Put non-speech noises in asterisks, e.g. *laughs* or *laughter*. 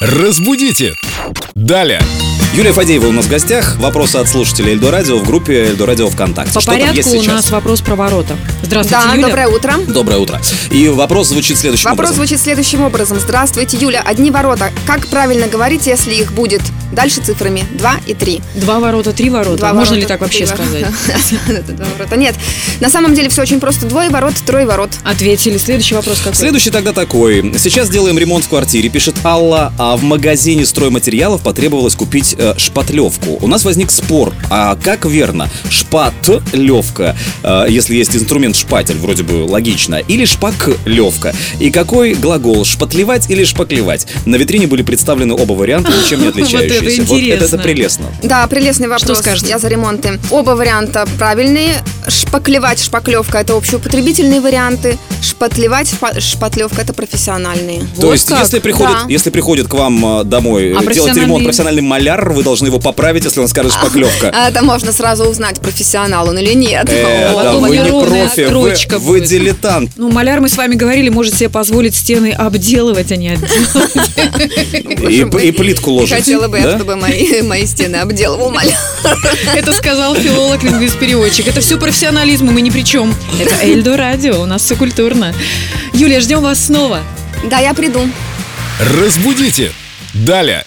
Разбудите! Далее! Юлия Фадеева у нас в гостях. Вопросы от слушателей Эльдо Радио в группе Эльдо Радио ВКонтакте. По Что там есть порядку у сейчас? нас вопрос про ворота. Здравствуйте, Да, Юля. доброе утро. Доброе утро. И вопрос звучит следующим Вопрос образом. звучит следующим образом. Здравствуйте, Юля. Одни ворота. Как правильно говорить, если их будет? Дальше цифрами 2 и 3. Два ворота, три ворота. Два а Можно ворота, ли так вообще три сказать? ворота. *laughs* Это Два ворота. Нет. На самом деле все очень просто. Двое ворот, трое ворот. Ответили. Следующий вопрос какой? Следующий Ну, тогда такой. Сейчас делаем ремонт в квартире, пишет Алла, а в магазине стройматериалов потребовалось купить э, шпатлевку. У нас возник спор, а как верно? Шпатлевка, э, если есть инструмент шпатель, вроде бы логично, или шпаклевка. И какой глагол, шпатлевать или шпаклевать? На витрине были представлены оба варианта, ничем *laughs* не Вот это отличающиеся. это, это интересно. прелестно. Да, прелестный вопрос. Что скажете? Я за ремонты. Оба варианта правильные. Шпаклевать, шпаклевка – это общеупотребительные варианты. Шпатлевать, шпа- шпатлевка – это профессиональные. То Вот есть, как? если приходит, Да. если приходит к вам э, А домой э, делать профессиональный- ремонт профессиональный маляр, вы должны его поправить, если он скажет шпаклевка. А Это можно сразу узнать, профессионал он или нет. *laughs* Э, О, да, потом вы не неровная профи, вы- строчка вы, будет. дилетант. Ну, маляр, мы с вами говорили, может себе позволить стены обделывать, а не отделывать. И, и *laughs* плитку Не ложите. Хотела бы я, да? чтобы мои, *laughs* мои стены обделывал маляр. *laughs* Это сказал филолог, лингвист-переводчик. Это все профессионализм, и мы ни при чем. Это Эльдо Радио, у нас все культурно. Юлия, ждем вас снова. Да, я приду. Разбудите! Далее!